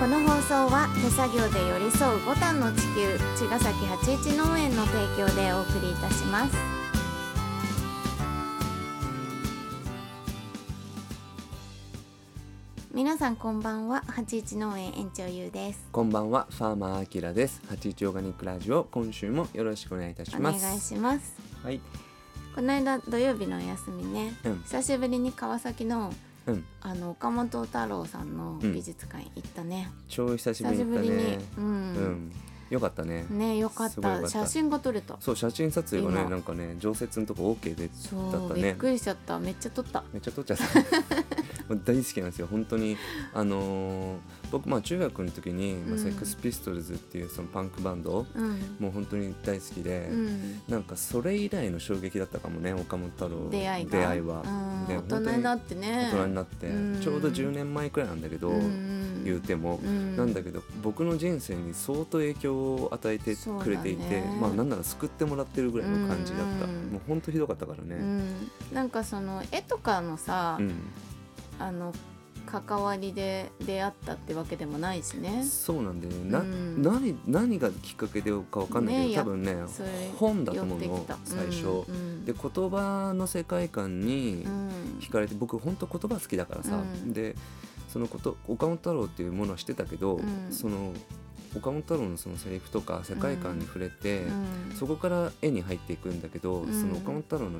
放送は手作業で寄り添う五反の地球茅ヶ崎八一農園の提供でお送りいたします皆さんこんばんは八一農園園長ゆうですこんばんは、ファーマーアキラです。八一オーガニックラジオ、今週もよろしくお願いいたしおま願いす。しますはい、この間土曜日のお休みね、うん久しぶりに川崎のうん、あの岡本太郎さんの美術館行ったね、超久しぶ久りしぶりに行ったに、ね。う、うんん、よかったね。ねよかっすごいたよかった写真が撮れたそう、写真撮影がね、今なんかね、常設のとこ OK で、そうだったねびっくりしちゃっためっちゃ撮っためっちゃ撮っ ちゃった。もう大好きなんですよ、本当に。あのー僕、まあ中学の時に、うまあ、んセックスピストルズっていうそのパンクバンド、うん、もう本当に大好きで、うん、なんかそれ以来の衝撃だったかもね、岡本太郎の出会いが出会いは。うん、で大本当人になってね大人になって、うんちょうど10年前くらいなんだけど、うん言うても、うんなんだけど僕の人生に相当影響を与えてくれていそうて、だねまあなんなら救ってもらってるぐらいの感じだった、うんもうほんとひどかったからうねん、なんかその絵とかのさ、うん、あの関わりで出会ったってわけでもないしねそうなんだよねな、うん何何がきっかけでかわかんないけねど、多分ねそれ本だと思う寄っのてきた最初、うんで言葉の世界観にうん惹かれて僕ほんと言葉好きだからさ、うんでそのこと岡本太郎っていうものは知ってたけど、うんその岡本太郎のそのセリフとか世界観に触れて、うんそこから絵に入っていくんだけど、うんその岡本太郎の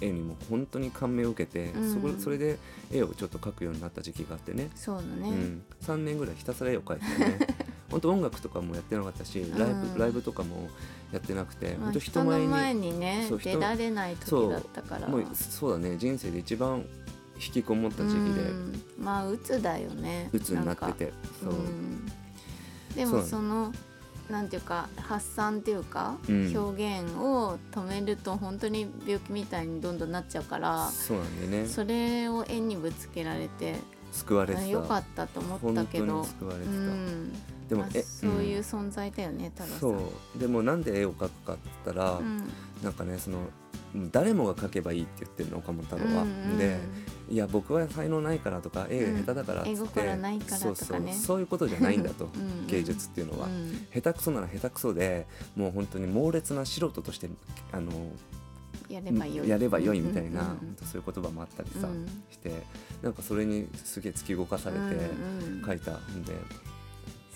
絵にも本当に感銘を受けて、うんそこそれで絵をちょっと描くようになった時期があってね、そうだね、うん、3年ぐらいひたすら絵を描いてた ね本当音楽とかもやってなかったしライブ,、うんライブとかもやってなくて、まあ本当人人の前に前にねそう人出られない時だったからもうそうだね人生で一番引きこもった時期でうんまあ鬱だよね鬱になっててそう、うんでそうもなのそのなんていうか発散っていうか、うん表現を止めると本当に病気みたいにどんどんなっちゃうからそうなんでねそれを縁にぶつけられて救われてあたよかったと思った本け当にど、救われうてた、ん、でもまあえそういううん存在だよね太郎さん。そうでもなんで絵を描くかって言ったら、うんなんかねその誰もが描けばいいって言ってるの岡本太郎は。うんうんでいや僕は才能ないからとか絵が下手だからっつって、うん絵心ないからとかねそうそうそういうことじゃないんだとうんうん芸術っていうのは、うん下手くそなら下手くそでもう本当に猛烈な素人としてあのやればよいやればよいみたいな、うん本当そういう言葉もあったりさ、うんしてなんかそれにすげえ突き動かされうんてうん書いたんで、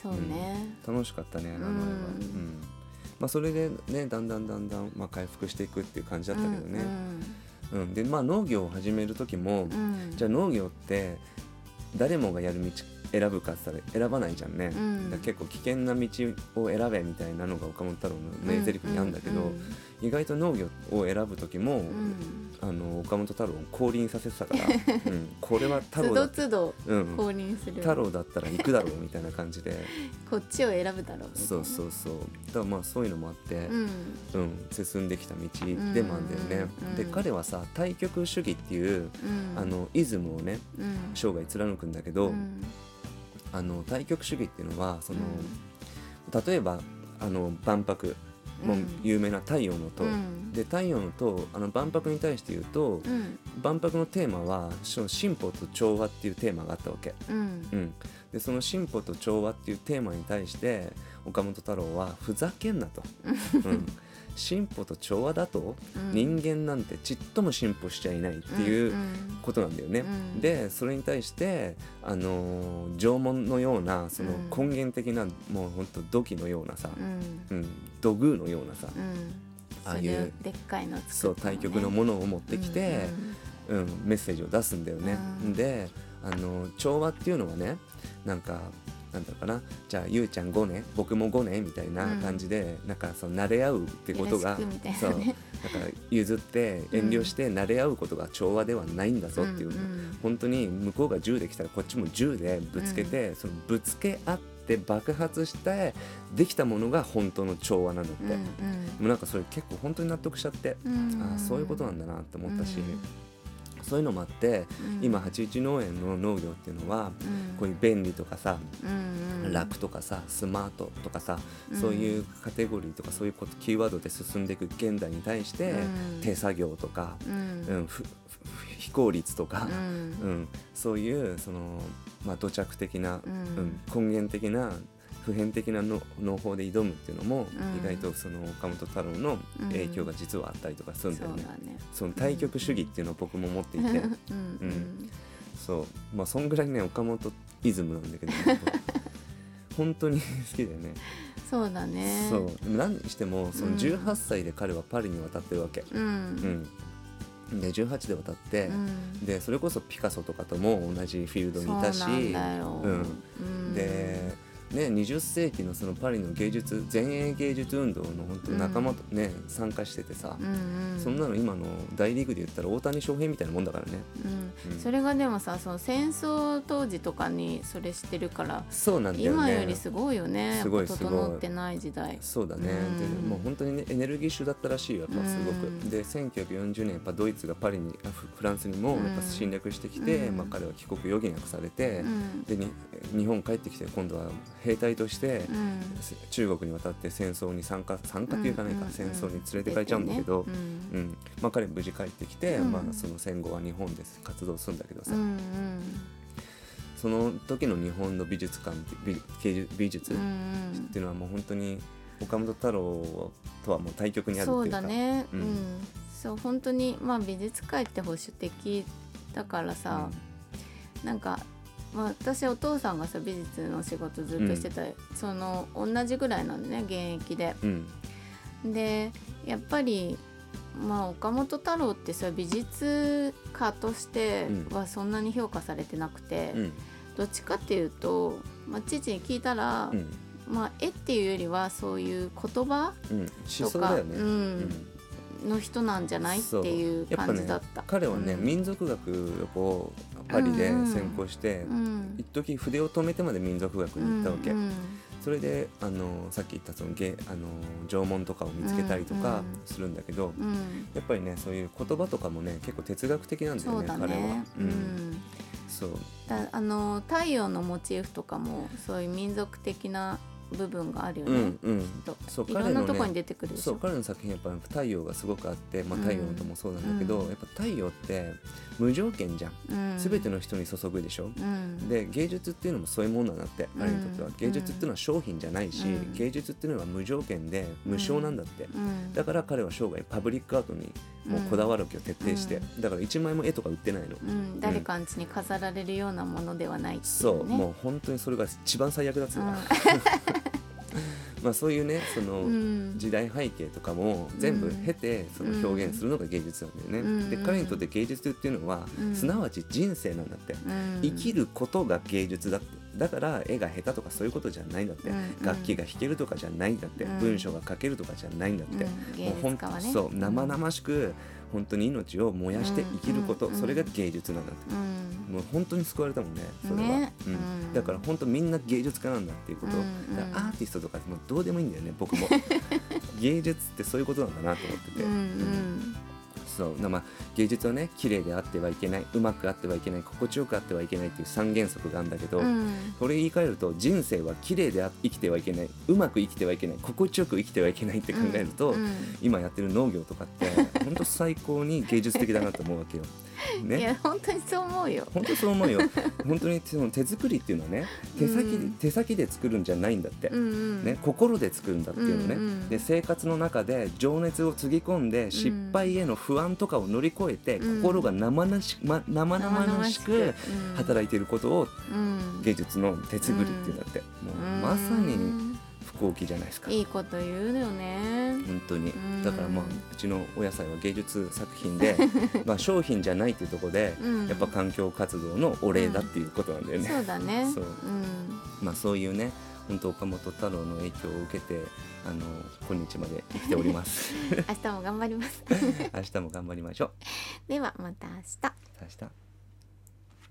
そうね、楽しかったねあの絵は、うんうんまあ、それでねだんだんだんだん、まあ、回復していくっていう感じだったけどね、うんでまあ農業を始める時も、うんうん、じゃあ農業って誰もがやる道選ぶかって言ったら選ばないじゃんね、うんだから結構危険な道を選べみたいなのが岡本太郎の名台詞にあるんだけど、ううん意外と農業を選ぶ時も、うんあの岡本太郎を降臨させて たから、うん、これは太都郎だ度都度うん、降臨する、太郎だったら行くだろうみたいな感 じでこっちを選ぶだろうみたいなそうそうそうだからまあそういうのもあって、ううんん進んできた道でもあるんだよね、うんで彼はさ対極主義っていう、うんあのイズムをねうん生涯貫くんだけど、うんあの対極主義っていうのはその、う例えばあの万博もうん有名な「太陽の塔」うんで太陽の塔あの万博に対して言うと、ん万博のテーマはその進歩と調和っていうテーマがあったわけ、うんうん、でその進歩と調和っていうテーマに対して岡本太郎はふざけんなと、うん、進歩と調和だと、うん人間なんてちっとも進歩しちゃいないっていううことなんだよね、うんでそれに対して、あのー縄文のようなそのうん根源的な、もうほんと土器のようなさ、うんうんうん土偶のようなさ、うんああいうそれをでっかいの作ったのねそう対極のものを持ってきて、うん、メッセージを出すんだよね。うんであの調和っていうのはねなんかなんだろうかなじゃあゆうちゃん5年僕も5年みたいな感じで、なんかその慣れ合うってことが、よろしくみたそいうなねなんか譲って遠慮して慣れ合うことが調和ではないんだぞっていう、うんうん本当に向こうが10できたらこっちも10でぶつけて、そのぶつけ合って爆発してできたものが本当の調和なんだって、うんもうなんかそれ結構本当に納得しちゃって、うんうんああそういうことなんだなって思ったし。うんそういうのもあって、うん今八一農園の農業っていうのは、うんこういう便利とかさ、うんうん楽とかさスマートとかさ、うんそういうカテゴリーとかそういうことキーワードで進んでいく現代に対して、うん手作業とか、うんうんふふ非効率とか、うんうんそういうそのまあ、土着的な、うんうん根源的な普遍的なの農法で挑むっていうのも、うん意外とその岡本太郎の影響が実はあったりと かするんだそようね。だねその対極主義っていうのを僕も持っていて、うんうんそうまあそんぐらいね岡本イズムなんだけど、 本当に好きだよね。そうだねそう何にしてもそうのん18歳で彼はパリに渡ってるわけ。ううんんで18で渡って、うんでそれこそピカソとかとも同じフィールドにいたしそうなんだようんうんで、ね、20世紀のそのパリの芸術前衛芸術運動の本当仲間と、ね参加しててさ、うんうんそんなの今の大リーグで言ったら大谷翔平みたいなもんだからね。うんうんそれがでもさその戦争当時とかにそれしてるからそうなんだよね今よりすごいよねやっすごぱいすごい整ってない時代そうだね、うんでもう本当にねエネルギッシュだったらしいよやっぱすごく、うんで1940年やっぱドイツがパリにあフフランスにもうんやっぱ侵略してきて、うんまあ、彼は帰国余儀なくされてう、んでに日本帰ってきて今度は兵隊として、うんせ中国に渡って戦争に参加参加というかないか、うんうん戦争に連れてかれちゃうんだけど、出てねうんまあ、彼無事帰ってきて、うんまあ、その戦後は日本で活動するんだけどさ、うんうんその時の日本の美術館美芸術美術うっんうんていうのはもう本当に岡本太郎とはもう対極にあるっていうそかうだね、ううんんそう本当にまあ美術界って保守的だからさ、なんか、まあ、私お父さんがさ美術の仕事ずっとしてた、その同じぐらいなんだね現役で。うんでやっぱりまあ岡本太郎ってさ美術家としてはそんなに評価されてなくて、うんどっちかっていうと、まあ、父に聞いたら、うんまあ、絵っていうよりはそういう言葉うん、思と想か、だよね、ううんんの人なんじゃないってそういうやっぱ感じねだった。彼はね、うん民族学をパリで専攻して、うん一時筆を止めてまで民族学に行ったわけ、うんうんそれであのさっき言ったその芸あの縄文とかを見つけたりとうかんうんするんだけど、うんやっぱりねそういう言葉とかもね結構哲学的なんだそようねだ彼はね。、うんうんそうだあの太陽のモチーフとかもそういう民族的な部分があるようね。んうんとそういろ彼んなのとこにね出てくるでしそうょ。彼の作品やっぱ太陽がすごくあって、まあ、うん太陽ともそうなんだけど、うんやっぱ太陽って無条件じゃん、うん全ての人に注ぐでしょ、うんで芸術っていうのもそういうものなんだって彼にとっては、うん芸術っていうのは商品じゃないし、うん芸術っていうのは無条件で無償なんだって、うんだから彼は生涯パブリックアートにもうこだわるわけを徹底して、うだから一枚も絵とか売ってないの、うん誰かん家に飾られるようなものではないっていそう、ねもう本当にそれが一番最悪だっつううのんは まあそういうねその、うん時代背景とかも全部経てその表現するのが芸術なんだよね、うんで彼にとって芸術っていうのは、うんすなわち人生なんだって、うん生きることが芸術だってだから絵が下手とかそういうことじゃないんだって、うん楽器が弾けるとかじゃないんだって、うん文章が書けるとかじゃないんだっうんて、芸ほん術家はね。そう生々しく本当に命を燃やして生きること、うんそれが芸術なんだって、うんもう本当に救われたもんねそれは、ねうんうんだから本当みんな芸術家なんだっていうこうと、んうんだからアーティストとかもうどうでもいいんだよね 僕も芸術ってそういうことなんだなと思ってて、うんうんそうなまあ芸術はね綺麗であってはいけないうまくあってはいけない心地よくあってはいけないっていう三原則があるんだけど、うんこれ言い換えると人生は綺麗であ生きてはいけないうまく生きてはいけない心地よく生きてはいけないって考えると、うん今やってる農業とかって本当最高に芸術的だなと思うわ けよ。うんいねや本当にそう思うよ。本当そう 思うよ本当にその手作りっていうのはね手先,、うん手先で作るんじゃないんだって、うんうんね、心で作るんだっていうのね、うんうんで生活の中で情熱をつぎ込んで失敗への不安とかを乗り越えて、うん心が生々し,、ま、生々しくうん働いていることをうん芸術の手作りっていうんだって、もうまさうにん不幸気じゃないですか。いいこと言うよね。本当にうんだからまあうちのお野菜は芸術作品 でまあ商品じゃないっていうところで、うんやっぱ環境活動のお礼だっていうことなんだよね。そうだね。そうんまあ、そういうね本当岡本太郎の影響を受けてあの今日まで生きております 明日も頑張ります。明日も頑張りましょうではまた明日。明日